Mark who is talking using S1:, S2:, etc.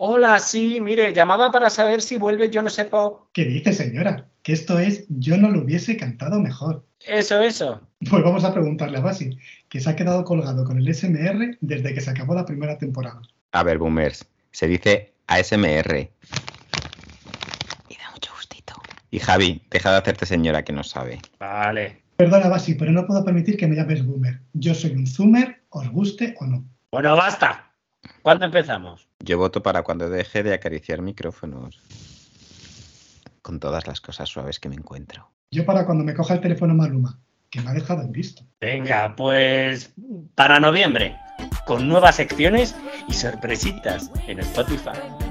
S1: Hola, sí, mire, llamaba para saber si vuelve Yo No Sé Pop.
S2: ¿Qué dice, señora? Que esto es Yo no lo hubiese cantado mejor.
S1: Eso, eso.
S2: Pues vamos a preguntarle a Basi, que se ha quedado colgado con el SMR desde que se acabó la primera temporada.
S3: A ver, boomers, se dice ASMR.
S4: Y da mucho gustito.
S3: Y Javi, deja de hacerte señora que no sabe.
S1: Vale.
S2: Perdona, Basi, pero no puedo permitir que me llames boomer. Yo soy un zoomer, os guste o no.
S1: Bueno, basta. ¿Cuándo empezamos?
S3: Yo voto para cuando deje de acariciar micrófonos. Con todas las cosas suaves que me encuentro.
S2: Yo para cuando me coja el teléfono Maluma, que me ha dejado en visto.
S1: Venga, pues para noviembre, con nuevas secciones y sorpresitas en Spotify.